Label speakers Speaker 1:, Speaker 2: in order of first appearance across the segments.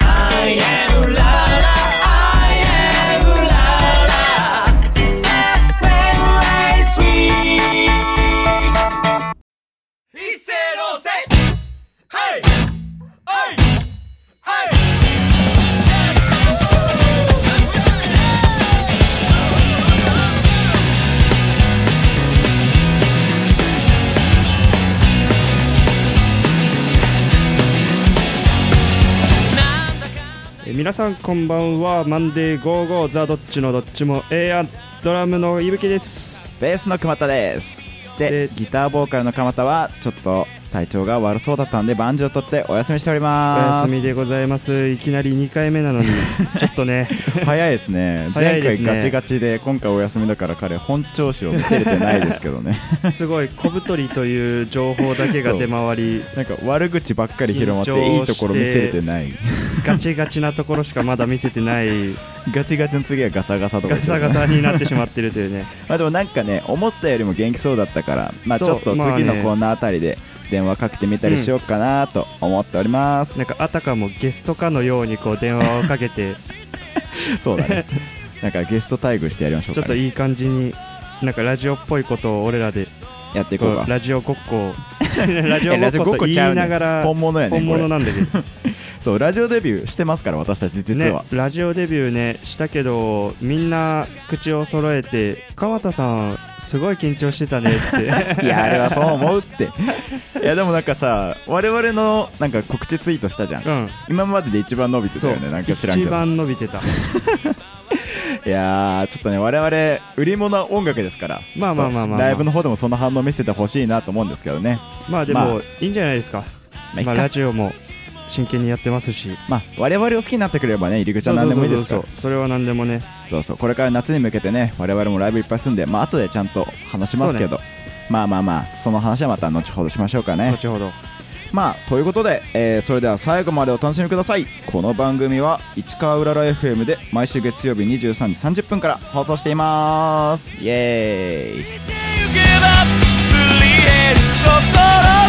Speaker 1: I am la la, I am la la. FM ライスウィーク一斉のせいはいはいはい
Speaker 2: えー皆さんこんばんはマンデー55ザどっちのどっちもええやんドラムのいぶきです
Speaker 3: ベースの熊田ですで
Speaker 2: で
Speaker 3: ギターボーカルの鎌田はちょっと体調が悪そうだったんでバンジーを取ってお休みしており
Speaker 2: お
Speaker 3: ま
Speaker 2: 休み
Speaker 3: す
Speaker 2: でございますいきなり2回目な のにちょっとね
Speaker 3: 早いですね
Speaker 2: 早いで
Speaker 3: 前回
Speaker 2: すね
Speaker 3: ガチガチで今回お休みだから彼本調子を見せれてないですけど ね
Speaker 2: すごい小太りという情報だけが出回り
Speaker 3: なんか悪口ばっかり広まっ
Speaker 2: 緊張して
Speaker 3: ていいところ見せれてない
Speaker 2: ガチガチなところしかまだ見せてない
Speaker 3: ガチガチの次はガサガサとか
Speaker 2: ガ
Speaker 3: 言ってる
Speaker 2: サ
Speaker 3: ね
Speaker 2: ガサになってしまってるというね
Speaker 3: まあでもなんかね思ったよりも元気そうだったからまあ
Speaker 2: そう
Speaker 3: ちょっと
Speaker 2: まあ
Speaker 3: 次
Speaker 2: ね
Speaker 3: のコーナーあたりで電話かけてみたりしようかなと思っております、
Speaker 2: なんかあたかもゲストかのようにこう電話をかけて
Speaker 3: そうだ ねなんかゲスト待遇してやりましょう
Speaker 2: ちょ
Speaker 3: か、
Speaker 2: っ
Speaker 3: ね、
Speaker 2: といい感じになんかラジオっぽいことを俺らで
Speaker 3: やっていこ
Speaker 2: こ
Speaker 3: う
Speaker 2: う
Speaker 3: か
Speaker 2: ラジオごっ こをラジオご
Speaker 3: ラ
Speaker 2: っ
Speaker 3: ジオ
Speaker 2: こ
Speaker 3: ごっ
Speaker 2: と
Speaker 3: こ
Speaker 2: 言い
Speaker 3: ちゃうね
Speaker 2: ながら
Speaker 3: 本物やね
Speaker 2: 本
Speaker 3: これ
Speaker 2: 物なんだけど
Speaker 3: そうラジオデビューしてますから私たち実
Speaker 2: ね
Speaker 3: は、、
Speaker 2: ラジオデビューねしたけどみんな口を揃えて「川田さんすごい緊張してたね」 って
Speaker 3: いやあれはそう思うって いやでもなんかさ我々のなんか告知ツイートしたじゃん
Speaker 2: うん
Speaker 3: 今までで一番伸びてた
Speaker 2: そう
Speaker 3: よねなんか知らんけ
Speaker 2: 一
Speaker 3: ど
Speaker 2: 番伸びてた
Speaker 3: いやーちょっとね我々売り物は音楽ですから
Speaker 2: まあまあまあまあまあ
Speaker 3: ちょっとライブの方でもその反応見せてほしいなと思うんですけどね
Speaker 2: まあでも、
Speaker 3: まあ
Speaker 2: いいんじゃないですか、
Speaker 3: まあいっ
Speaker 2: ま
Speaker 3: か
Speaker 2: あ、ラジオも真剣にやってますし
Speaker 3: まあ我々を好きになってくれればね入り口は何でもいいですか
Speaker 2: そう
Speaker 3: ら
Speaker 2: そうそうそうそれは何でもね
Speaker 3: そうそうこれから夏に向けてね我々もライブいっぱいするんでまあ後でちゃんと話しますけど、まあまあまあその話はまた後ほどしましょうかね
Speaker 2: 後ほど
Speaker 3: まあということで、えーそれでは最後までお楽しみくださいこの番組は市川うらら FM で毎週月曜日23時30分から放送していますイエーイ
Speaker 1: 生きてゆけばすり減る心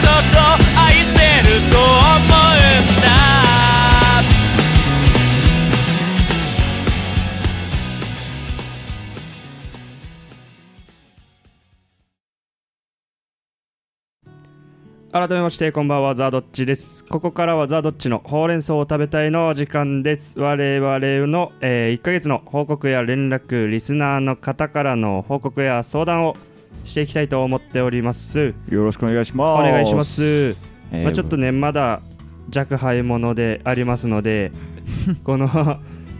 Speaker 1: ごと愛せると思うんだ
Speaker 2: 改めましてこんばんはザ・ドッチですここからはザ・ドッチのほうれん草を食べたいの時間です我々の、え1ヶ月の報告や連絡リスナーの方からの報告や相談をしていきたいと思っております
Speaker 3: よろしくお願いしま
Speaker 2: お
Speaker 3: す
Speaker 2: 願いしま、す、
Speaker 3: えー
Speaker 2: まあ、ちょっとねまだ若輩者でありますの でこの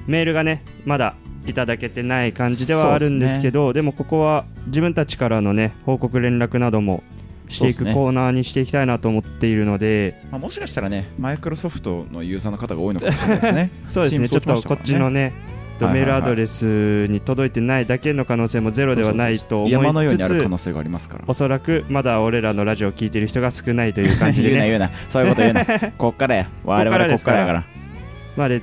Speaker 2: メールがねまだいただけてない感じではあるんですけどで,、もここは自分たちからのね報告連絡などもしてい
Speaker 3: そう
Speaker 2: く
Speaker 3: ですね
Speaker 2: コーナーにしていきたいなと思っているので
Speaker 3: まあ、もしかしたらねマイクロソフトのユーザーの方が多いのかもしれないで すね
Speaker 2: そうですね
Speaker 3: チ
Speaker 2: ちょ
Speaker 3: ー
Speaker 2: っと
Speaker 3: ム通して
Speaker 2: こ
Speaker 3: ま
Speaker 2: った
Speaker 3: し
Speaker 2: ち
Speaker 3: から
Speaker 2: の
Speaker 3: ね
Speaker 2: ね
Speaker 3: はいはいはい
Speaker 2: メールアドレスに届いてないだけの可能性もゼロではないと思
Speaker 3: 山の
Speaker 2: い
Speaker 3: よう
Speaker 2: つ
Speaker 3: にある
Speaker 2: つ
Speaker 3: 可能性がありますから
Speaker 2: おそらくまだ俺らのラジオを聞いてる人が少ないという感じで
Speaker 3: 言うな
Speaker 2: ね
Speaker 3: 言うなそういうこと言うな こっからや我々こ
Speaker 2: こ
Speaker 3: っ
Speaker 2: っ
Speaker 3: か
Speaker 2: からら
Speaker 3: や
Speaker 2: や
Speaker 3: か
Speaker 2: からまあで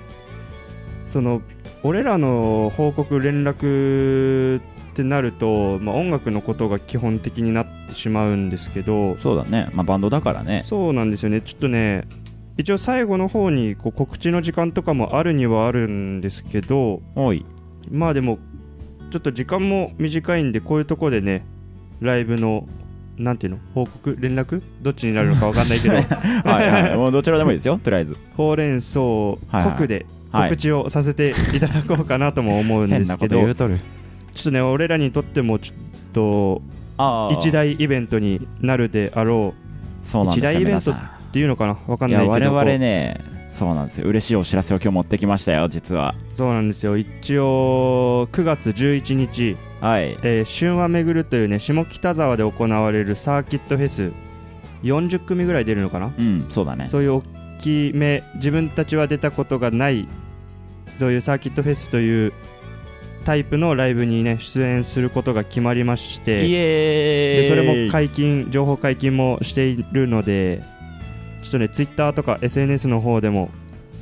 Speaker 2: その俺らの報告連絡ってなると、まあ、音楽のことが基本的になってしまうんですけど
Speaker 3: そうだねまあバンドだからね
Speaker 2: そうなんですよねちょっとね一応最後の方にこう告知の時間とかもあるにはあるんですけど
Speaker 3: おい
Speaker 2: まあでもちょっと時間も短いんでこういうとこでねライブのなんていうの報告連絡どっちになるのかわかんないけど
Speaker 3: はい はいもうどちらでもいいですよとりあえず
Speaker 2: ほうれん草
Speaker 3: はいはい
Speaker 2: 国で
Speaker 3: はい
Speaker 2: 告知をさせていただこうかなとも思うんで
Speaker 3: 変な
Speaker 2: す
Speaker 3: こ
Speaker 2: け
Speaker 3: と
Speaker 2: ど、
Speaker 3: 言うとる
Speaker 2: ちょっとね俺らにとってもちょっと
Speaker 3: ああ
Speaker 2: 一大イベントになるであろ
Speaker 3: そうなん
Speaker 2: 一
Speaker 3: です
Speaker 2: 大
Speaker 3: よ
Speaker 2: イベ
Speaker 3: 皆
Speaker 2: ン
Speaker 3: さ
Speaker 2: ト
Speaker 3: ん
Speaker 2: うっていうのかなわかん
Speaker 3: い
Speaker 2: ない
Speaker 3: や
Speaker 2: けど
Speaker 3: 我々
Speaker 2: こ
Speaker 3: ねそうなんですよ嬉しいお知らせを今日持ってきましたよ実は
Speaker 2: うそうなんですよ一応9月11日、
Speaker 3: はい
Speaker 2: えー春和めぐるというね下北沢で行われるサーキットフェス40組ぐらい出るのかな
Speaker 3: うんそうだね
Speaker 2: そういう大きめ自分たちは出たことがないそういうサーキットフェスというタイプのライブにね出演することが決まりまして
Speaker 3: イエ
Speaker 2: で
Speaker 3: ーイ
Speaker 2: それも解禁情報解禁もしているのでちょっとねツイッターとか SNS の方でも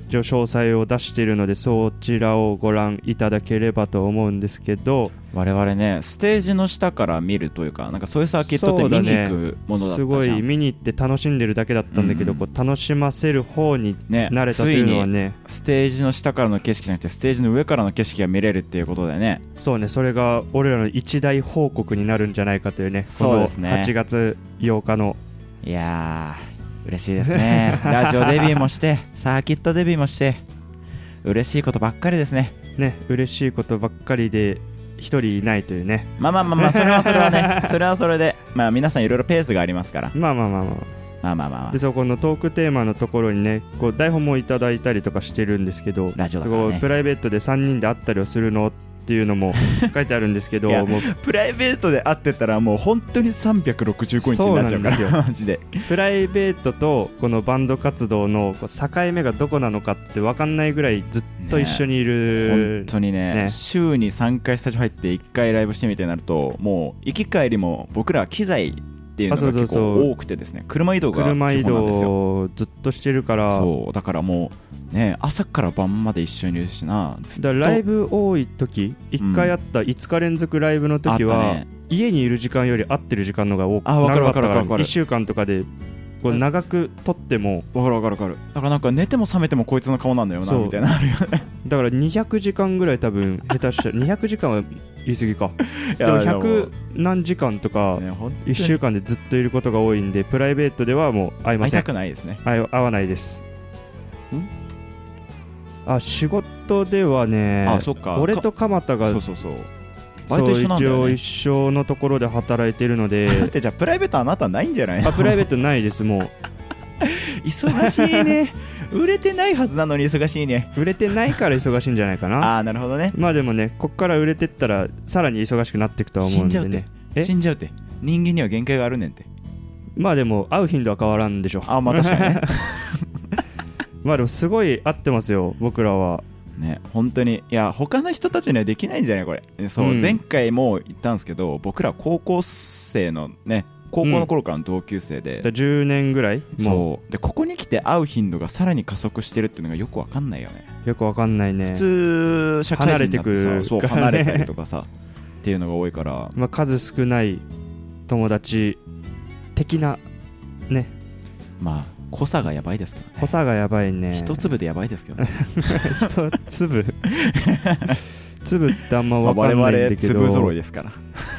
Speaker 2: 一応詳細を出しているのでそちらをご覧いただければと思うんですけど
Speaker 3: 我々ねステージの下から見るというかなんかそういうサーキットって
Speaker 2: そうだ
Speaker 3: 見に
Speaker 2: ね
Speaker 3: 行くものだっ
Speaker 2: す
Speaker 3: たじゃん
Speaker 2: ごい見に行って楽しんでるだけだったんだけど、
Speaker 3: うん
Speaker 2: こう楽しませる方に
Speaker 3: ね
Speaker 2: なれたというのはね
Speaker 3: ステージの下からの景色じゃなくてステージの上からの景色が見れるっていうことでね
Speaker 2: そうねそれが俺らの一大報告になるんじゃないかというね
Speaker 3: そうですね
Speaker 2: この8月8日の
Speaker 3: いやー嬉しいですねラジオデビューもして サーキットデビューもして嬉しいことばっかりですね
Speaker 2: ね嬉しいことばっかりで一人いないというね
Speaker 3: まあまあまあまあそれはそれはねそれはそれでまあ皆さんいろいろペースがありますから
Speaker 2: まあまあまあまあ
Speaker 3: まあまあまあまあ
Speaker 2: でそこのトークテーマのところにねこう台本もいただいたりとかしてるんですけど
Speaker 3: ラジオだ
Speaker 2: す
Speaker 3: からね
Speaker 2: ごいプライベートで3人で会ったりをするのっていうの も書いてあるんですけど
Speaker 3: いや
Speaker 2: もう
Speaker 3: プライベートで会ってたらもう本当に365日になっちゃうから
Speaker 2: そう
Speaker 3: マジで
Speaker 2: プライベートとこのバンド活動のこう境目がどこなのかって分かんないぐらいずっと一緒にい
Speaker 3: 本
Speaker 2: る、
Speaker 3: 当にね
Speaker 2: ね
Speaker 3: 週に3回スタジオ入って1回ライブしてみたいになるともう行き帰りも僕らは機材っていうの
Speaker 2: あそ
Speaker 3: が
Speaker 2: うそう
Speaker 3: 結
Speaker 2: そう
Speaker 3: 構多くてですね車移動が基本な
Speaker 2: 車
Speaker 3: ん
Speaker 2: 移
Speaker 3: ですよ
Speaker 2: 動をずっとしてるから
Speaker 3: そうだからもうね朝から晩まで一緒にいるしなずっと
Speaker 2: だからライブ多い時1回あった5日連続ライブの時は、
Speaker 3: あったね
Speaker 2: 家にいる時間より会ってる時間の方が多く
Speaker 3: あわかる
Speaker 2: 長った
Speaker 3: わかるわかるわかる
Speaker 2: 1週間とかでこう
Speaker 3: うん
Speaker 2: 長く撮っても
Speaker 3: わかるわかるわかるだからなんか寝ても覚めてもこいつの顔なんだよな
Speaker 2: そう
Speaker 3: みたいなのあるよね
Speaker 2: だから200時間ぐらい多分下手 したら200時間は言い過ぎか
Speaker 3: い
Speaker 2: で
Speaker 3: や
Speaker 2: も
Speaker 3: でも
Speaker 2: 100何時間とか
Speaker 3: ね本当に
Speaker 2: 1週間でずっといることが多いんでプライベートではもう会いま
Speaker 3: 会い
Speaker 2: せん
Speaker 3: たくないですね
Speaker 2: 会い会わないですあ仕事ではね
Speaker 3: あそっか
Speaker 2: 俺と鎌田が
Speaker 3: そうそうそうバイ
Speaker 2: そう
Speaker 3: ト一緒なんだ
Speaker 2: 一
Speaker 3: よ
Speaker 2: 応
Speaker 3: ね
Speaker 2: 一緒のところで働いてるの
Speaker 3: だ っ
Speaker 2: で
Speaker 3: てじゃあプライベートあなたないんじゃない
Speaker 2: あプライベートないですも
Speaker 3: 忙しい ね売れてないはずなのに忙しいね
Speaker 2: う売れてないから忙しいんじゃないかな
Speaker 3: ああーなるほどね
Speaker 2: まあでもねこっから売れてったらさらに忙しくなっていくとは思うんで
Speaker 3: 死んじゃう
Speaker 2: ね
Speaker 3: っ
Speaker 2: え
Speaker 3: 死んじゃうって人間には限界があるねんって
Speaker 2: まあでも会う頻度は変わらんでしょ
Speaker 3: あまあ確かにね
Speaker 2: まあでもすごい合ってますよ僕らは
Speaker 3: ね本当にいや他の人たちにはできないんじゃないこれねそう、
Speaker 2: うん
Speaker 3: 前回も言ったんですけど僕ら高校生のね高校の頃からの同級生
Speaker 2: だ
Speaker 3: で、
Speaker 2: から10年ぐらいも
Speaker 3: そうでここに来て会う頻度がさらに加速してるっていうのがよくわかんないよね
Speaker 2: うよくわかんないね
Speaker 3: 普通社会人になって
Speaker 2: 離れて
Speaker 3: さ
Speaker 2: く
Speaker 3: そう
Speaker 2: からね
Speaker 3: 離れたりとかさっていうのが多いから
Speaker 2: まあ、数少ない友達的なね
Speaker 3: まあ濃さがやばいですけどね
Speaker 2: 濃さがやばいね
Speaker 3: 一粒でやばいですけどね
Speaker 2: 一粒 粒ってあんま分かんないんだけど
Speaker 3: 我々粒揃いですから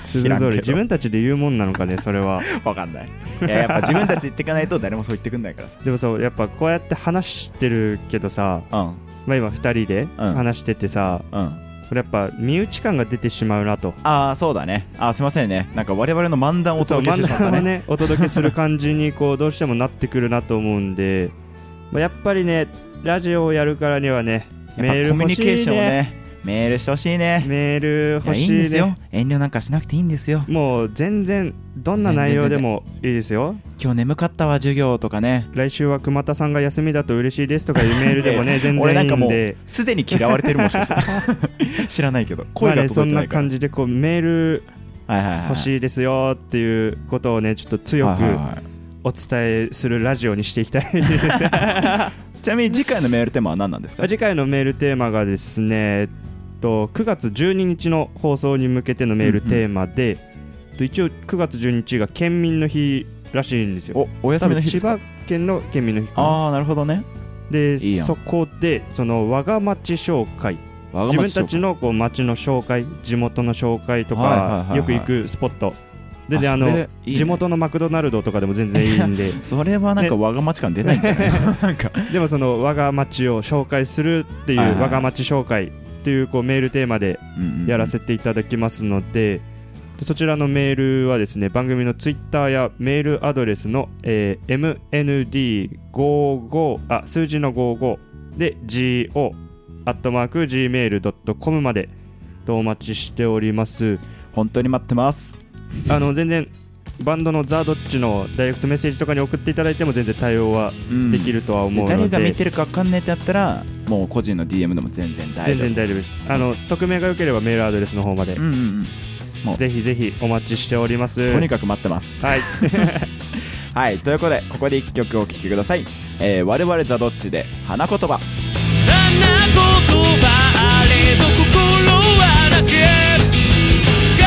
Speaker 3: 知
Speaker 2: 粒
Speaker 3: らん
Speaker 2: 揃い
Speaker 3: け
Speaker 2: 自
Speaker 3: ど
Speaker 2: 分たちで言うもんなのかねそれ は
Speaker 3: わかんないいややっぱ自分たち言ってかないと誰もそう言ってくんないからさ
Speaker 2: でもそうやっぱこうやって話してるけどさ、
Speaker 3: うん
Speaker 2: まあ、今2人で
Speaker 3: うん
Speaker 2: 話しててさ、
Speaker 3: うん
Speaker 2: これやっぱ身内感が出てしまうなと
Speaker 3: ああそうだねあーすいませんねなんか我々の漫談をお
Speaker 2: そう
Speaker 3: 届けしてしまった
Speaker 2: 真ん中を
Speaker 3: ね
Speaker 2: ねお届けする感じにこうどうしてもなってくるなと思うんで、まあ、やっぱりねラジオをやるからにはね
Speaker 3: や
Speaker 2: メー
Speaker 3: っ
Speaker 2: ル
Speaker 3: ぱコミ
Speaker 2: 欲
Speaker 3: ュニ
Speaker 2: しい
Speaker 3: ケーションを
Speaker 2: ね
Speaker 3: ねメールしてほしいね
Speaker 2: メール
Speaker 3: いや
Speaker 2: 欲
Speaker 3: いい
Speaker 2: しい
Speaker 3: ん
Speaker 2: ね
Speaker 3: ですよ遠慮なんかしなくていいんですよ
Speaker 2: もう全然どんな内容でもいいですよ
Speaker 3: 今日眠かったわ授業とかね
Speaker 2: 来週は熊田さんが休みだと嬉しいですとかいうメールでも
Speaker 3: い
Speaker 2: ね全
Speaker 3: 俺な
Speaker 2: 然
Speaker 3: ん
Speaker 2: いい
Speaker 3: か
Speaker 2: ん
Speaker 3: も
Speaker 2: で
Speaker 3: うすでに嫌われてるもしかして 知らないけど
Speaker 2: ま
Speaker 3: 声
Speaker 2: あ
Speaker 3: が
Speaker 2: ねそ
Speaker 3: 届い
Speaker 2: ん
Speaker 3: てな
Speaker 2: ない
Speaker 3: から、
Speaker 2: 感じでこうメール
Speaker 3: はいはいはい
Speaker 2: 欲しいですよっていうことをねちょっと強
Speaker 3: はいはい
Speaker 2: く
Speaker 3: はい
Speaker 2: お伝えするラジオにしていきたい です
Speaker 3: ちなみに次回のメールテーマは何なんですか
Speaker 2: 次回のメールテーマがですねえっと9月12日の放送に向けてのメールテーマで、えっと一応9月12日が県民の日らしいんですよ
Speaker 3: おお休みの日で
Speaker 2: 千
Speaker 3: すか
Speaker 2: 葉県の県民の日かな
Speaker 3: ああなるほどね
Speaker 2: で
Speaker 3: いいやん
Speaker 2: そこでその我が町紹介
Speaker 3: わが
Speaker 2: 自
Speaker 3: ま
Speaker 2: 分
Speaker 3: ちと
Speaker 2: たちのこう町の紹介地元の紹介とか、
Speaker 3: はいはいはいはい
Speaker 2: よく行くスポットでであ
Speaker 3: あそ
Speaker 2: の
Speaker 3: れいいね
Speaker 2: 地元のマクドナルドとかでも全然いいん で
Speaker 3: それはなんかわがまち感出ないんじ ゃない、なんか
Speaker 2: でもその我が町を紹介するっていう
Speaker 3: はいはい
Speaker 2: 我が町紹介っていうこうメールテーマでやらせていただきますので、でそちらのメールはですね番組のツイッターやメールアドレスの、えー MND55 あ数字の55で GO アットマーク Gmail.com までとお待ちしております
Speaker 3: 本当に待ってます
Speaker 2: あの全然バンドのザ・ドッチのダイレクトメッセージとかに送っていただいても全然対応はできるとは
Speaker 3: で
Speaker 2: 思うので、
Speaker 3: 誰が見てるか分かんないってやったらもう個人の DM でも全然大丈夫
Speaker 2: 全然大丈夫ですあの匿名が良ければメールアドレスの方まで、
Speaker 3: うんうん
Speaker 2: ぜひぜひお待ちしております
Speaker 3: うんとにかく待ってます
Speaker 2: はい
Speaker 3: はいということでここで1曲お聴きください、えー我々ザ・どっちで花言葉
Speaker 1: 「な言葉あれど心はなく風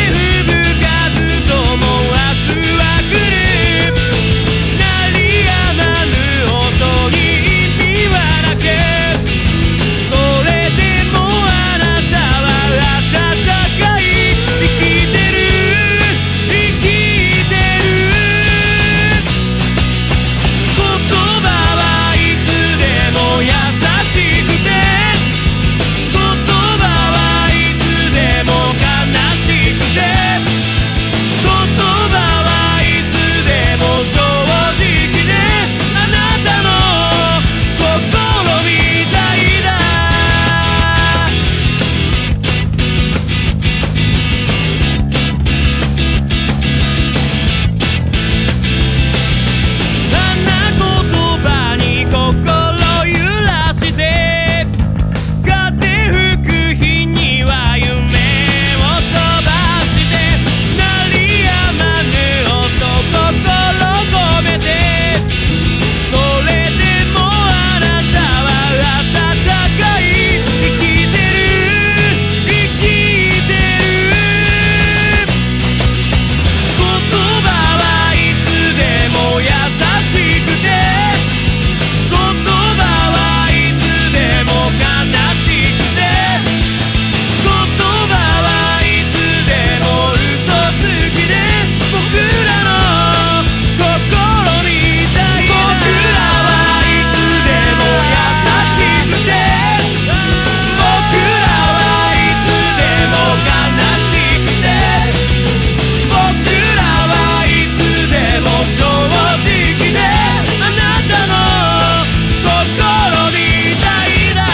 Speaker 1: 吹かずとも明日は来る鳴りやまぬ音に意味はなく「それでもあなたは温かい」「生きてる生きてる」「言葉はいつでも優しくて」「言葉はいつでも悲しくて」「言葉はいつでも正直で」「あなたの心みたいだ」「花言葉に心揺らして」「風吹く日には夢を飛ばして」「鳴りやまぬ音心込めて」「それでもあなたは温かい」「生きてる生きてる」「言葉はいつでも優しくて」「言葉はいつでも悲しくて」「言葉はいつでも嘘つきで」「僕らの心みたいだ」「僕らはいつでも優しくて」「僕らはいつでも悲しくて」僕らはいつでも正直であなたの心みたいだ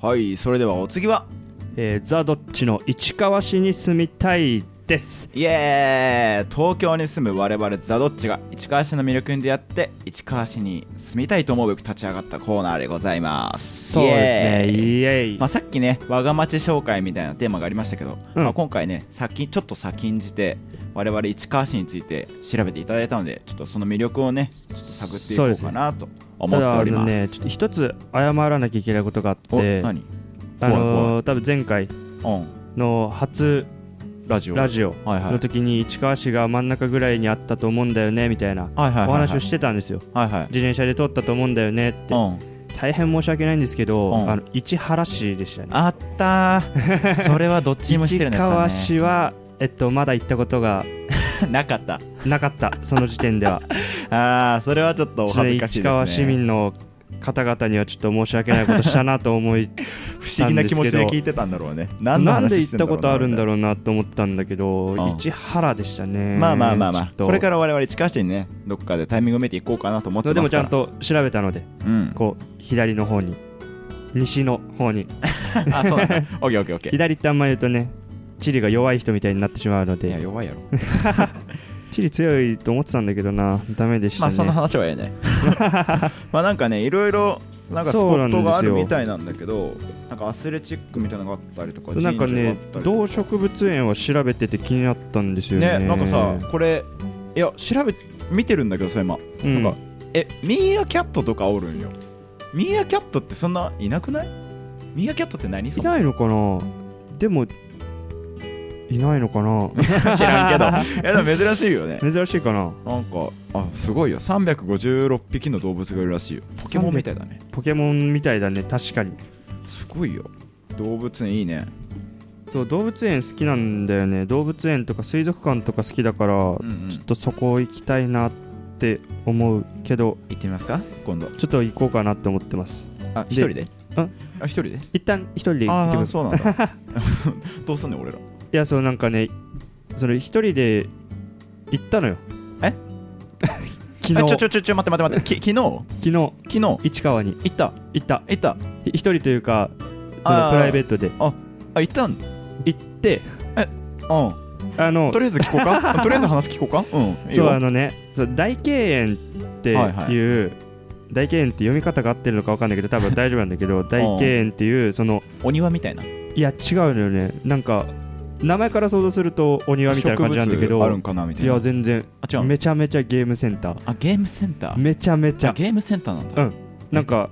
Speaker 3: はいそれではお次は
Speaker 2: えーザ・ドッチの市川市に住みたいです
Speaker 3: イエーイ東京に住む我々ザ・ドッチが市川市の魅力に出会って市川市に住みたいと思うべく立ち上がったコーナーでございます
Speaker 2: そうですね
Speaker 3: イエーイ
Speaker 2: イエイ
Speaker 3: まあ、さっきね我が町紹介みたいなテーマがありましたけど、
Speaker 2: うん
Speaker 3: まあ、今回ね先ちょっと先んじて我々市川市について調べていただいたのでちょっとその魅力をねちょっと探っていこ
Speaker 2: そう
Speaker 3: う
Speaker 2: ですね
Speaker 3: かなと思
Speaker 2: た
Speaker 3: って
Speaker 2: だ
Speaker 3: お
Speaker 2: あ
Speaker 3: りま
Speaker 2: の
Speaker 3: す
Speaker 2: ねちょっと一つ謝らなきゃいけないことがあっ
Speaker 3: お
Speaker 2: て
Speaker 3: 何
Speaker 2: あのー多分前回
Speaker 3: うん
Speaker 2: の初
Speaker 3: ラジオ
Speaker 2: ラジオ
Speaker 3: はいはい
Speaker 2: の時に市川市が真ん中ぐらいにあったと思うんだよねみたいな
Speaker 3: はいはいはいはい
Speaker 2: お話をしてたんですよ
Speaker 3: はいはい
Speaker 2: 自転車で通ったと思うんだよねって
Speaker 3: うん
Speaker 2: 大変申し訳ないんですけど、
Speaker 3: うん
Speaker 2: あの市原市でしたね
Speaker 3: あったーそれはどっちにもしてる
Speaker 2: 市
Speaker 3: ね川
Speaker 2: 川市は、えっと、まだ行ったことが
Speaker 3: なかった
Speaker 2: なか ったその時点では
Speaker 3: ああそれはちょっとお恥ずかしい
Speaker 2: 市
Speaker 3: ですね
Speaker 2: 川市民の方々にはちょっと申し訳ないことしたなと思い
Speaker 3: 不思議な気持ちで聞いてたんだろうね 何の
Speaker 2: なんで
Speaker 3: 話
Speaker 2: 行
Speaker 3: し
Speaker 2: っ
Speaker 3: てんだ
Speaker 2: た
Speaker 3: ろう
Speaker 2: ことあるんだ
Speaker 3: ろ
Speaker 2: ろうなと思ってたんだけど、
Speaker 3: うん
Speaker 2: 市原でしたね
Speaker 3: まあまあまあま
Speaker 2: ちょ
Speaker 3: あ
Speaker 2: っと
Speaker 3: これから我々市川市にねどっかでタイミングを見ていこうかなと思って
Speaker 2: で
Speaker 3: ま
Speaker 2: も
Speaker 3: す
Speaker 2: ち
Speaker 3: か
Speaker 2: ゃ
Speaker 3: ら
Speaker 2: んと調べたので
Speaker 3: うん
Speaker 2: こう左の方に西の方に
Speaker 3: あそうなんだオッケーオッケーオッケー
Speaker 2: 左ってあんま言うとね地理が弱い人みたいになってしまうの
Speaker 3: いや
Speaker 2: で
Speaker 3: 弱いやろ
Speaker 2: 地理強いと思ってたんだけどなダメでした
Speaker 3: まあ
Speaker 2: ね、
Speaker 3: その話はええ ねまあなんかねいろいろなんかスポットがあるみたいなんだけどなんかアスレチックみたいなのがあったりとか
Speaker 2: なんかね
Speaker 3: 神社があったりと
Speaker 2: 動植物園は調べてて気になったんですよね
Speaker 3: ねなんかさこれいや調べ見てるんだけどさ今
Speaker 2: うん
Speaker 3: なんかえミーアキャットとかおるんよミーアキャットってそんないなくないミーアキャットって何
Speaker 2: い
Speaker 3: そも
Speaker 2: な
Speaker 3: そ
Speaker 2: いのかなでもいないのか な
Speaker 3: も知らん けどいやでも珍しいよね
Speaker 2: 珍しいかな
Speaker 3: なんかあすごいよ356匹の動物がいるらしいよポケモンみたいだね
Speaker 2: ポケモンみたいだね確かに
Speaker 3: すごいよ動物園いいね
Speaker 2: そう動物園好きなんだよね動物園とか水族館とか好きだから、
Speaker 3: うんうん
Speaker 2: ちょっとそこ行きたいなって思うけど
Speaker 3: 行ってみますか今度
Speaker 2: ちょっと行こうかなって思ってます
Speaker 3: あ
Speaker 2: で
Speaker 3: 一人で
Speaker 2: あ
Speaker 3: あ一人で
Speaker 2: 一旦一人で行って
Speaker 3: あ
Speaker 2: く
Speaker 3: あ
Speaker 2: ださい
Speaker 3: そうなんだどうすんねん俺ら
Speaker 2: いやそうなんかねそれ一人で行ったのよ
Speaker 3: え
Speaker 2: 昨
Speaker 3: あ
Speaker 2: 日
Speaker 3: ちょち
Speaker 2: 昨
Speaker 3: ょちょちょ待って待って待ってき昨日
Speaker 2: 日
Speaker 3: 昨日行
Speaker 2: 市川に
Speaker 3: った
Speaker 2: 行った
Speaker 3: 行った
Speaker 2: 一人というかそ
Speaker 3: あ
Speaker 2: の
Speaker 3: ー
Speaker 2: プライベートで
Speaker 3: あ行ったん
Speaker 2: 行って
Speaker 3: う
Speaker 2: あの
Speaker 3: んとりあえず聞こう かとりあえず話聞こうかうんいい
Speaker 2: そうあ
Speaker 3: よ
Speaker 2: のねそう大敬園っていう、
Speaker 3: はいは
Speaker 2: 大敬園って読み方が合ってるのかわかんないけど多分大丈夫なんだけ ど大敬園っていうその
Speaker 3: お庭みたいない
Speaker 2: や違うのよねなんか名前から想像するとお庭みたいな感じなんだけ
Speaker 3: 植
Speaker 2: ど
Speaker 3: 物あるんかなみたい
Speaker 2: い
Speaker 3: な
Speaker 2: や全然
Speaker 3: あ違うの
Speaker 2: めちゃめちゃゲームセンター
Speaker 3: あゲームセンター
Speaker 2: めちゃめち
Speaker 3: あ
Speaker 2: ゃ
Speaker 3: ゲームセンターなんだ
Speaker 2: なんか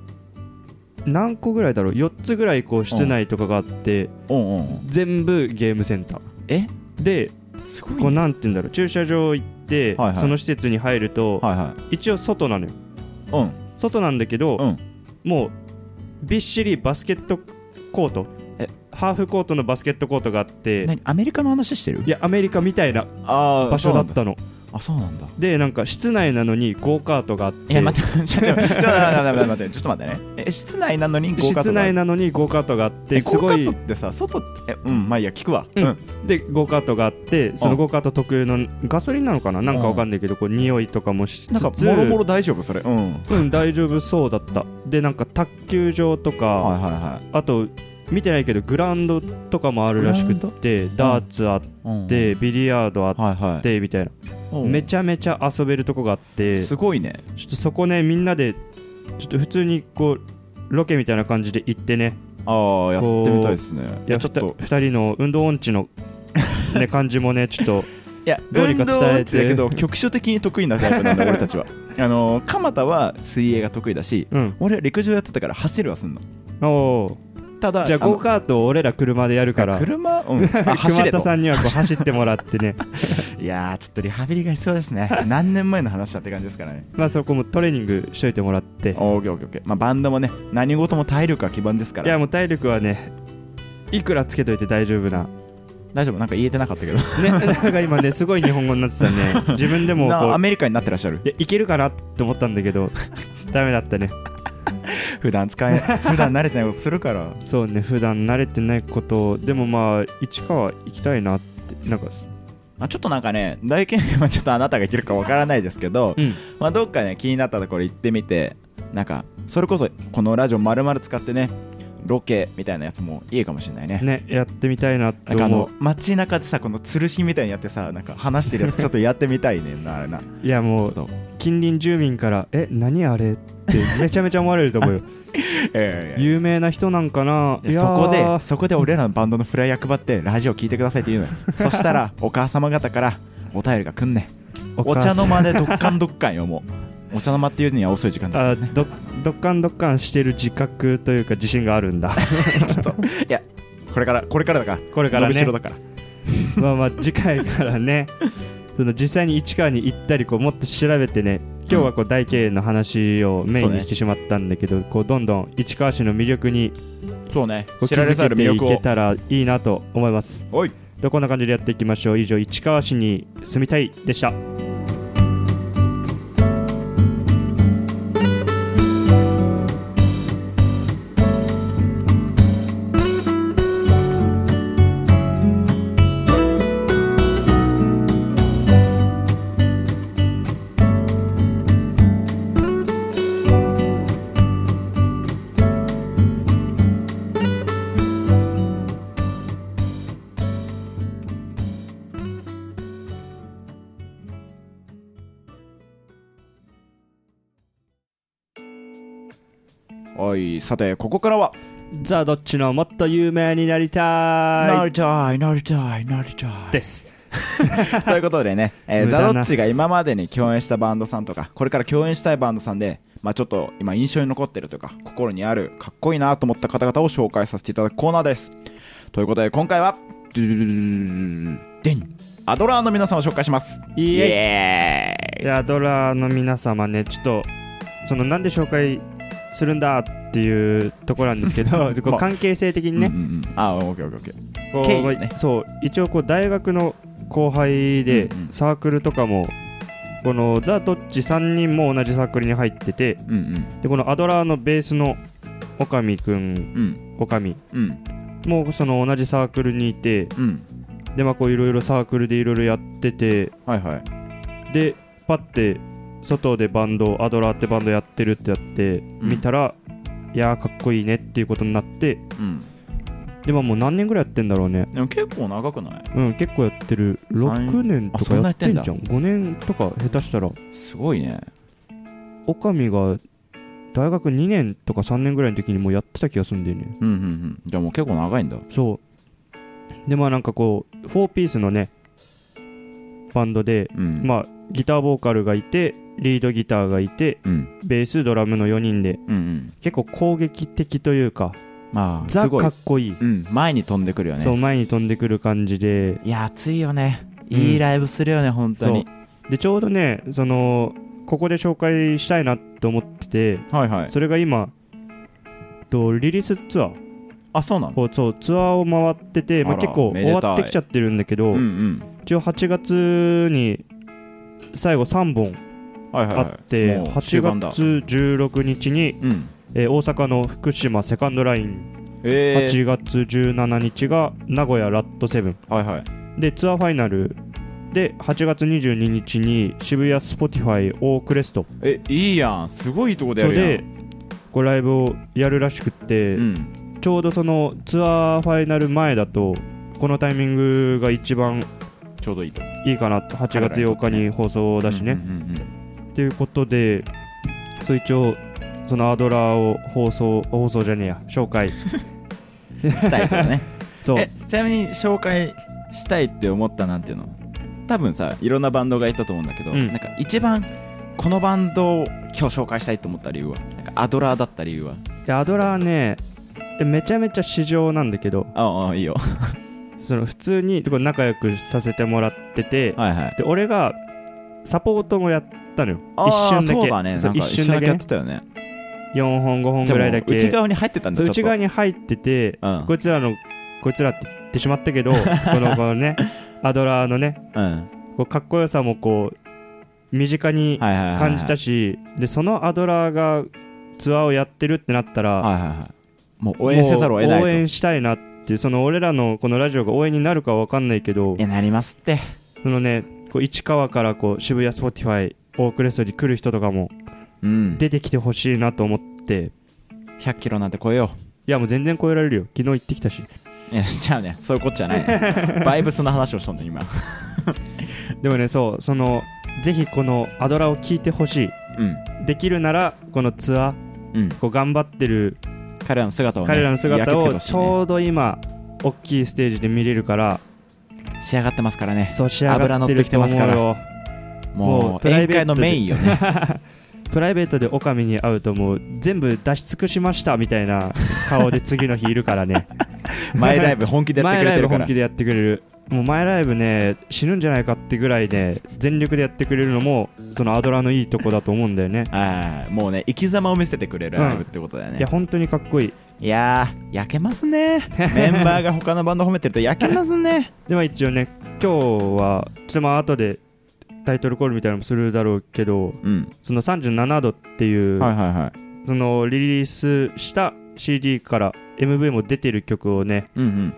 Speaker 2: 何個ぐらいだろう4つぐらいこう室内とかがあって
Speaker 3: うんうんうん
Speaker 2: 全部ゲームセンター
Speaker 3: え
Speaker 2: です
Speaker 3: ごいね
Speaker 2: こうなんて言うんだろう駐車場行って
Speaker 3: はいはい
Speaker 2: その施設に入ると
Speaker 3: はいは
Speaker 2: 一応外なのよ
Speaker 3: いうん
Speaker 2: 外なんだけど、
Speaker 3: うん
Speaker 2: もうびっしりバスケットコート
Speaker 3: え
Speaker 2: ハーフコートのバスケットコートがあって
Speaker 3: 何アメリカの話してる
Speaker 2: いやアメリカみたいな
Speaker 3: あー
Speaker 2: 場所だったの
Speaker 3: あそうなんだ
Speaker 2: でなんか室内なのにゴーカートがあって
Speaker 3: いや待ってちょっと待ってちょっと待って待ってちょっと待ってねえ室内なのにゴーカー
Speaker 2: 室
Speaker 3: トがある
Speaker 2: 内なのにゴーカートがあって
Speaker 3: え
Speaker 2: すごい
Speaker 3: ゴーカートってさ外ってえうんまあいいや聞くわ
Speaker 2: うんでゴーカートがあってそのゴーカート特有のガソリンなのかななんかわかんないけどこう匂いとかもしつつ
Speaker 3: なんかもろもろ大丈夫それうんはい
Speaker 2: うん大丈夫そうだったでなんか卓球場とか、
Speaker 3: はいはい
Speaker 2: あと見てないけどグラウンドとかもあるらしくってダーツあっ
Speaker 3: うん
Speaker 2: て、ビリヤードあっ
Speaker 3: はいは
Speaker 2: てみたいな、
Speaker 3: い
Speaker 2: めちゃめちゃ遊べるとこがあってち
Speaker 3: す
Speaker 2: ょ
Speaker 3: ごいね
Speaker 2: っとそこねみんなでちょっと普通にこうロケみたいな感じで行ってね
Speaker 3: ああやってみたいですね
Speaker 2: いや
Speaker 3: ち
Speaker 2: ち
Speaker 3: ょ
Speaker 2: ょ
Speaker 3: っ
Speaker 2: っと
Speaker 3: と
Speaker 2: 2人の運動音痴の、ね、 感じもねちょっと
Speaker 3: いや
Speaker 2: どうにか伝えて
Speaker 3: 運動音痴だけど局所的に得意なタイプ なんだ俺たちはあのー鎌田は水泳が得意だし
Speaker 2: うん
Speaker 3: 俺は陸上やってたから走るはすんの
Speaker 2: おー
Speaker 3: ただ
Speaker 2: じゃあ
Speaker 3: の
Speaker 2: ゴーカートを俺ら車でやるから
Speaker 3: 車 うんあ走
Speaker 2: 熊
Speaker 3: れ
Speaker 2: 田
Speaker 3: と
Speaker 2: さんにはこう走ってもらってね
Speaker 3: いやーちょっとリハビリが必要です ね何年前の話だって感じですからね
Speaker 2: まあそこもトレーニングしといてもらって
Speaker 3: オーケーオーケーオーケーまあバンドもね何事も体力は基盤ですか
Speaker 2: いや
Speaker 3: ら
Speaker 2: もう体力はねいくらつけといて大丈夫な、ね、
Speaker 3: 大丈夫なんか言えてなかったけど
Speaker 2: なんか今ね すごい日本語になってたね自分でもこ
Speaker 3: なア
Speaker 2: う
Speaker 3: メリカになってらっしゃる
Speaker 2: いやいけるかなって思ったんだけ どダメだったね
Speaker 3: 普段使 え普段慣れてないことするから
Speaker 2: そうね普段慣れてないことをでもまあ市川行きたいなってなんかす
Speaker 3: あちょっとなんかね大研究はちょっとあなたがいけるかわからないですけど、
Speaker 2: うん
Speaker 3: まあ、どっかね気になったところ行ってみてなんかそれこそこのラジオ丸々使ってねロケみたいなやつもいいかもしれないね
Speaker 2: ねやってみたいなって
Speaker 3: なんかあ
Speaker 2: 思
Speaker 3: の街中でさこの吊るしみたいにやってさなんか話してるやつちょっとやってみた いねんなあれな
Speaker 2: ういやもう
Speaker 3: そう
Speaker 2: 近隣住民から「え何あれ?」ってめちゃめちゃ思われると思う よ
Speaker 3: ええ
Speaker 2: 有名な人なんかな
Speaker 3: で
Speaker 2: いや
Speaker 3: そ
Speaker 2: ー
Speaker 3: こでそこで俺らのバンドのフライヤー配ってラジオ聞いてくださいって言う のよそしたらお母様方からお便りが来んねお
Speaker 2: 母さ
Speaker 3: 茶
Speaker 2: ん
Speaker 3: の間でどっかんどっかんよもうお茶の間っていうには遅い時間ですから
Speaker 2: あ
Speaker 3: ね
Speaker 2: どどっかんどっかんしてる自覚というか自信があるんだ
Speaker 3: ちょっと いやこれからこれからだから
Speaker 2: これから
Speaker 3: 伸びし
Speaker 2: ね
Speaker 3: ろだから
Speaker 2: まあまあ次回からねその実際に市川に行ったりこうもっと調べてね今日はこう大経営の話をメインにしてしまったんだけど、こうどんどん市川市の魅力に
Speaker 3: そうね
Speaker 2: こう気
Speaker 3: 知られざ
Speaker 2: づ
Speaker 3: る
Speaker 2: けて
Speaker 3: 魅
Speaker 2: い
Speaker 3: 力
Speaker 2: け
Speaker 3: を
Speaker 2: たらいいなと思います
Speaker 3: おい
Speaker 2: でこんな感じでやっていきましょう以上市川市に住みたいでした
Speaker 3: おいさてここからは
Speaker 2: ザ・どっちのもっと有名になりた
Speaker 3: ないりたいなりたいなりたい
Speaker 2: です
Speaker 3: ということでね、えー、
Speaker 2: 無駄
Speaker 3: ザ・
Speaker 2: な
Speaker 3: ロッチが今までに共演したバンドさんとかこれから共演したいバンドさんで、まあ、ちょっと今印象に残ってるというか心にあるかっこいいなと思った方々を紹介させていただくコーナーですということで今回はドゥルルルルルルデンアドラーの皆さんを紹介します
Speaker 2: イエイ
Speaker 3: エ
Speaker 2: いやドラの皆様ねちょっとそのなんで紹介するんだっていうところなんですけどこ
Speaker 3: ま
Speaker 2: う
Speaker 3: あ
Speaker 2: 関係性的に
Speaker 3: ね、
Speaker 2: ね
Speaker 3: うんうんうん、あオッケーオッケーオッケー
Speaker 2: こう
Speaker 3: 経緯ね
Speaker 2: そう一応こう大学の後輩で
Speaker 3: うんうん
Speaker 2: サークルとかもこのザ・ドッチ3人も同じサークルに入ってて
Speaker 3: うん
Speaker 2: でこのアドラーのベースのおかみくん
Speaker 3: うんうん
Speaker 2: おかみ
Speaker 3: うん
Speaker 2: もその同じサークルにいて
Speaker 3: うん
Speaker 2: でまあこういろいろサークルでいろいろやってて
Speaker 3: はいはい
Speaker 2: でパッて外でバンドアドラーってバンドやってるってやって、
Speaker 3: ん
Speaker 2: 見たらいやーかっこいいねっていうことになって
Speaker 3: うん
Speaker 2: でももう何年ぐらいやってんだろうね
Speaker 3: でも結構長くない
Speaker 2: うん結構やってる6年と
Speaker 3: あそ
Speaker 2: か
Speaker 3: ん
Speaker 2: や
Speaker 3: なや
Speaker 2: っ
Speaker 3: ってて
Speaker 2: ん
Speaker 3: ん
Speaker 2: じ
Speaker 3: だ
Speaker 2: ゃん5年とか下手したら
Speaker 3: すごいね
Speaker 2: おかみが大学2年とか3年ぐらいの時にもうやってた気がするんだよね
Speaker 3: うんうんうんじゃあもう結構長いんだ
Speaker 2: そうでまあなんかこう4ピースのねバンドで
Speaker 3: うん
Speaker 2: まあギターボーカルがいてリードギターがいて
Speaker 3: うん
Speaker 2: ベースドラムの4人で
Speaker 3: うんうん
Speaker 2: 結構攻撃的というか
Speaker 3: まあす
Speaker 2: ザ
Speaker 3: ごい
Speaker 2: かっこいい
Speaker 3: うん前に飛んでくるよね
Speaker 2: そう前に飛んでくる感じで
Speaker 3: いや熱いよね
Speaker 2: うん
Speaker 3: いいライブするよね本当に
Speaker 2: でちょうどねそのここで紹介したいなと思ってて
Speaker 3: はいはい
Speaker 2: それが今とリリースツアー
Speaker 3: あそうなの
Speaker 2: こうそうツアーを回ってて、まあ、
Speaker 3: あら
Speaker 2: 結構
Speaker 3: めでた
Speaker 2: 終
Speaker 3: い
Speaker 2: わってきちゃってるんだけど、
Speaker 3: うんうん
Speaker 2: 一応8月に最後3本
Speaker 3: はいは
Speaker 2: あ
Speaker 3: いは
Speaker 2: って、
Speaker 3: もう終盤
Speaker 2: 8
Speaker 3: だ
Speaker 2: 月16日に、
Speaker 3: いうん
Speaker 2: えー大阪の福島セカンドライン、
Speaker 3: え
Speaker 2: 8月17日が名古屋ラットセブン
Speaker 3: ーはいはい
Speaker 2: でツアーファイナルで8月22日に渋谷スポティファイオークレスト
Speaker 3: えいいやんすごいとこでや
Speaker 2: そう
Speaker 3: るや
Speaker 2: で
Speaker 3: ん
Speaker 2: こうライブをやるらしくって、
Speaker 3: うん
Speaker 2: ちょうどそのツアーファイナル前だとこのタイミングが一番
Speaker 3: ちょうどいいと
Speaker 2: いいかなと8月8日に放送だしね。
Speaker 3: うんうんうんうん
Speaker 2: ということでそう一応そのアドラーを放送放送じゃねえや紹介
Speaker 3: したいからね
Speaker 2: そう
Speaker 3: えちなみに紹介したいって思ったなんていうの多分さいろんなバンドがいたと思うんだけど、
Speaker 2: うん
Speaker 3: なんか一番このバンドを今日紹介したいと思った理由はなんかアドラーだった理由は
Speaker 2: でアドラーねえめちゃめちゃ市場なんだけど
Speaker 3: ああいいよ
Speaker 2: その普通にこう仲良くさせてもらってて
Speaker 3: はいはい
Speaker 2: で俺がサポートもやったのよ
Speaker 3: あー
Speaker 2: 一瞬だけ
Speaker 3: そうだね
Speaker 2: そ
Speaker 3: な
Speaker 2: うん
Speaker 3: か
Speaker 2: 一瞬だけ
Speaker 3: やっ
Speaker 2: ね
Speaker 3: てたよね
Speaker 2: 4本5本
Speaker 3: じゃ
Speaker 2: ぐ
Speaker 3: あも
Speaker 2: ら
Speaker 3: う
Speaker 2: いだけ
Speaker 3: 内側に入ってたん
Speaker 2: そ
Speaker 3: だ
Speaker 2: う
Speaker 3: ち
Speaker 2: 内
Speaker 3: ょっと
Speaker 2: 側に入ってて、
Speaker 3: うん
Speaker 2: こいつらのこいつらって言ってしまった けどこのこのねアドラーのね
Speaker 3: うんはい
Speaker 2: こうかっこよさもこう身近に
Speaker 3: はいはいはい
Speaker 2: 感じたし、でそのアドラーがツアーをやってるってなったら、
Speaker 3: はいはいはいもう応援せざるを得ない
Speaker 2: もう
Speaker 3: と
Speaker 2: 応援したいなっていうその俺らのこのラジオが応援になるかは分かんないけど
Speaker 3: いやなりますって
Speaker 2: そのねこう市川からこう渋谷スポティファイオークレストに来る人とかも
Speaker 3: うんで
Speaker 2: 出てきてほしいなと思って
Speaker 3: 100キロなんて超えよ
Speaker 2: いやもう全然超えられるよ昨日行ってきたし
Speaker 3: ういやじゃあねそういうことじゃない バイブスの話をしとんの今
Speaker 2: でもねそうそのぜひこのアドラを聞いてほしい
Speaker 3: うん
Speaker 2: できるならこのツアー
Speaker 3: うん
Speaker 2: こう頑張ってる
Speaker 3: 彼らの姿を、ね、
Speaker 2: 彼らの姿
Speaker 3: 焼き付けて
Speaker 2: を
Speaker 3: ほしい
Speaker 2: ち
Speaker 3: ね
Speaker 2: ょうど今大きいステージで見れるから
Speaker 3: 仕上がってますからね
Speaker 2: そう仕上がってると思う
Speaker 3: 油乗
Speaker 2: よも
Speaker 3: も
Speaker 2: う
Speaker 3: う
Speaker 2: プライ
Speaker 3: 宴
Speaker 2: ベー
Speaker 3: 会
Speaker 2: ト
Speaker 3: の
Speaker 2: で
Speaker 3: メイン よね
Speaker 2: プライベートでオカミに会うともう全部出し尽くしましたみたいな顔で次の日いる からね
Speaker 3: 前ライブ本気でやって
Speaker 2: 前
Speaker 3: くれ
Speaker 2: ラ
Speaker 3: て
Speaker 2: イブ
Speaker 3: るから
Speaker 2: 本気でやってくれるもう前ライブね死ぬんじゃないかってぐらいね全力でやってくれるのもそのアドラのいいとこだと思うんだよね
Speaker 3: ああもうね生き様を見せてくれるライブってことだよ
Speaker 2: いや
Speaker 3: ね、
Speaker 2: 本当にかっこいい
Speaker 3: いやー焼けます ねメンバーが他のバンド褒めてると焼けますね
Speaker 2: では一応ね今日はちょっとまあ後でタイトルコールみたいなのもするだろうけど
Speaker 3: うん
Speaker 2: その37度っていう、
Speaker 3: はいはいはい
Speaker 2: そのリリースした CD から MV も出てる曲をね
Speaker 3: うんうん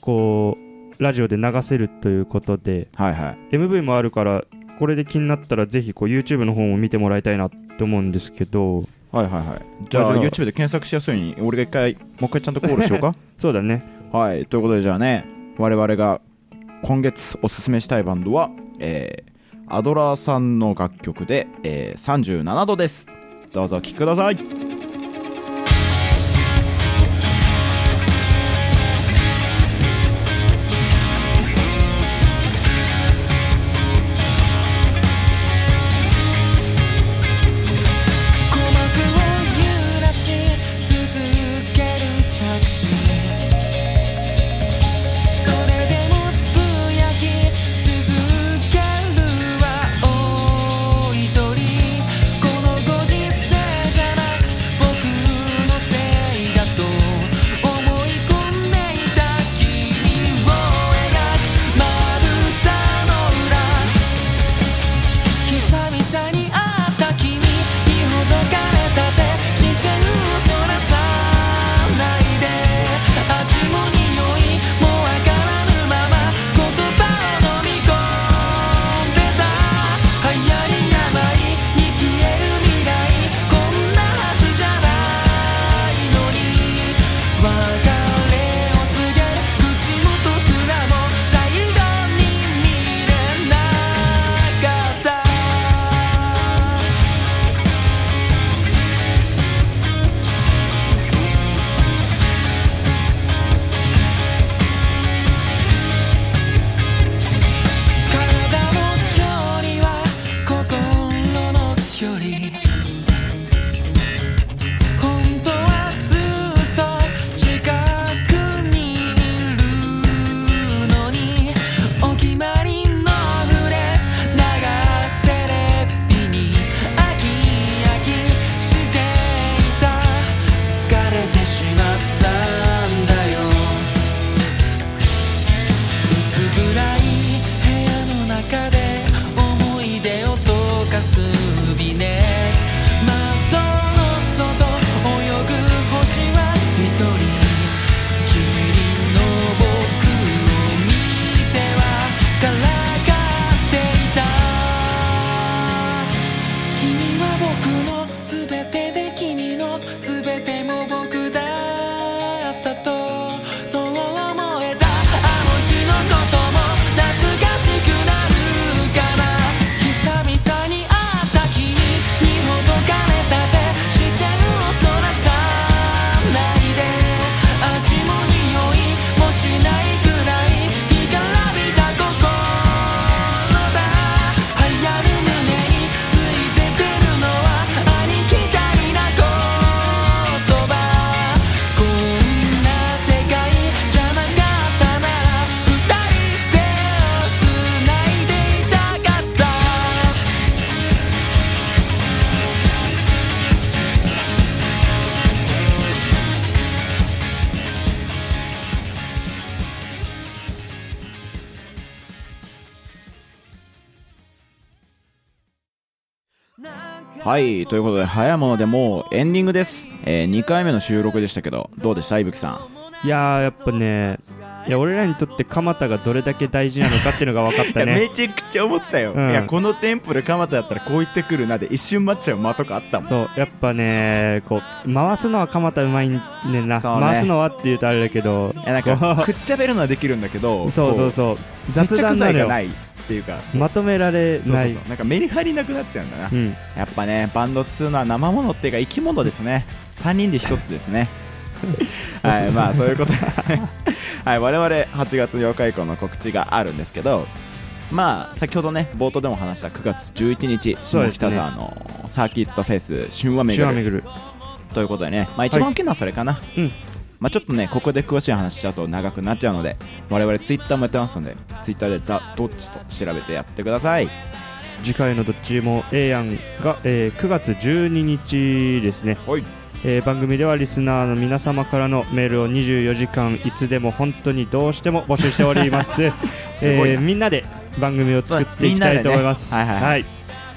Speaker 2: こうラジオで流せるということで
Speaker 3: はいはい
Speaker 2: MV もあるからこれで気になったらぜひこう YouTube の方も見てもらいたいなって思うんですけど
Speaker 3: はいはいはいじゃあ
Speaker 2: まあじゃあ
Speaker 3: YouTube で検索しやすいように俺が一回もう一回ちゃんとコールしようか
Speaker 2: そうだね
Speaker 3: はいということでじゃあね我々が今月おすすめしたいバンドは、えーアドラーさんの楽曲で、えー、37度ですどうぞお聴きください
Speaker 4: 鼓膜を揺らし続ける着信それでもつぶやき続けるはお一人このご時世じゃなく隙間にノーフレス流すテレビに飽き飽きしていた疲れてしまったんだよ薄暗い部屋の中で思い出を溶かす微熱窓の外泳ぐ星は一人きりの僕を見てはからかっていた君は僕の全てで君の全ても僕だったとそう思えたあの日のことも懐かしくなるから久々に会った君にほどかれたて視線をそらさないで味も匂いもしないくらい干からびた心「流行る胸について出るのはありきたりな言葉」「こんな世界じゃなかったなら二人手をつないでいたかった」
Speaker 3: はい、ということで、早いものでもうエンディングです。え2回目の収録でしたけど、どうでしたいぶきさん。
Speaker 2: いやーやっぱねいや俺らにとって蒲田がどれだけ大事なのかっていうのが分かっ
Speaker 3: いや
Speaker 2: たね
Speaker 3: めちゃくちゃ思ったよ、
Speaker 2: うん
Speaker 3: いやこのテンポで蒲田だったらこう言ってくるなで一瞬待っちゃう間とかあったもん
Speaker 2: そうやっぱねこう回すのは蒲田うまいねんな、
Speaker 3: そうね
Speaker 2: 回すのはって言うとあれだけど
Speaker 3: いやなんかくっちゃべるのはできるんだけ ど
Speaker 2: そうそう
Speaker 3: こ
Speaker 2: そう
Speaker 3: う
Speaker 2: 雑
Speaker 3: 接着
Speaker 2: 談な
Speaker 3: 剤
Speaker 2: の
Speaker 3: が
Speaker 2: よ
Speaker 3: ないっていうか
Speaker 2: まとめられ
Speaker 3: そう
Speaker 2: な
Speaker 3: そ
Speaker 2: いう
Speaker 3: そうなんかメリハリなくなっちゃうんだな、
Speaker 2: うん
Speaker 3: やっぱねバンドっつうのは生ものっていうか生き物ですね3人で1つで すねはいまあということで、 はい、我々8月8日以降の告知があるんですけどまあ先ほどね冒頭でも話した9月11日
Speaker 2: そう
Speaker 3: 下
Speaker 2: ですね
Speaker 3: 北沢のサーキットフェス春和
Speaker 2: 手
Speaker 3: 巡
Speaker 2: 話
Speaker 3: る
Speaker 2: 巡る
Speaker 3: ということでね、まあ、一番大きいのはそれかな、
Speaker 2: うん
Speaker 3: まあ、ちょっとねここで詳しい話しちゃうと長くなっちゃうので我々ツイッターもやってますのでツイッターで「ザ・どっち」と調べてやってください
Speaker 2: 次回のどっちもええやんが、えー9月12日ですね、
Speaker 3: はい
Speaker 2: えー番組ではリスナーの皆様からのメールを24時間いつでも本当にどうしても募集しております
Speaker 3: すごいな
Speaker 2: えーみんなで番組を作っていきたいと思います、
Speaker 3: そうみんなでねはいはい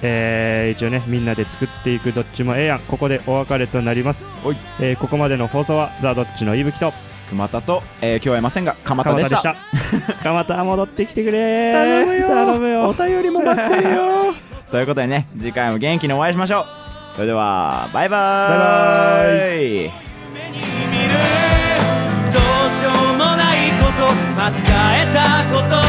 Speaker 2: えー一応ねみんなで作っていくどっちもええやんここでお別れとなります
Speaker 3: はい、
Speaker 2: えーここまでの放送はザ・どっちのいぶきと
Speaker 3: 熊田と、えー今日はいませんが鎌田でした
Speaker 2: 蒲田で した蒲田戻ってきてくれ
Speaker 3: 頼むよ
Speaker 2: 頼むよ
Speaker 3: お便りも待ってるよということでね次回も元気にお会いしましょうそれではバイバーイ
Speaker 2: バ
Speaker 3: イ
Speaker 1: 夢に見るどうしようもないこと間違えたこと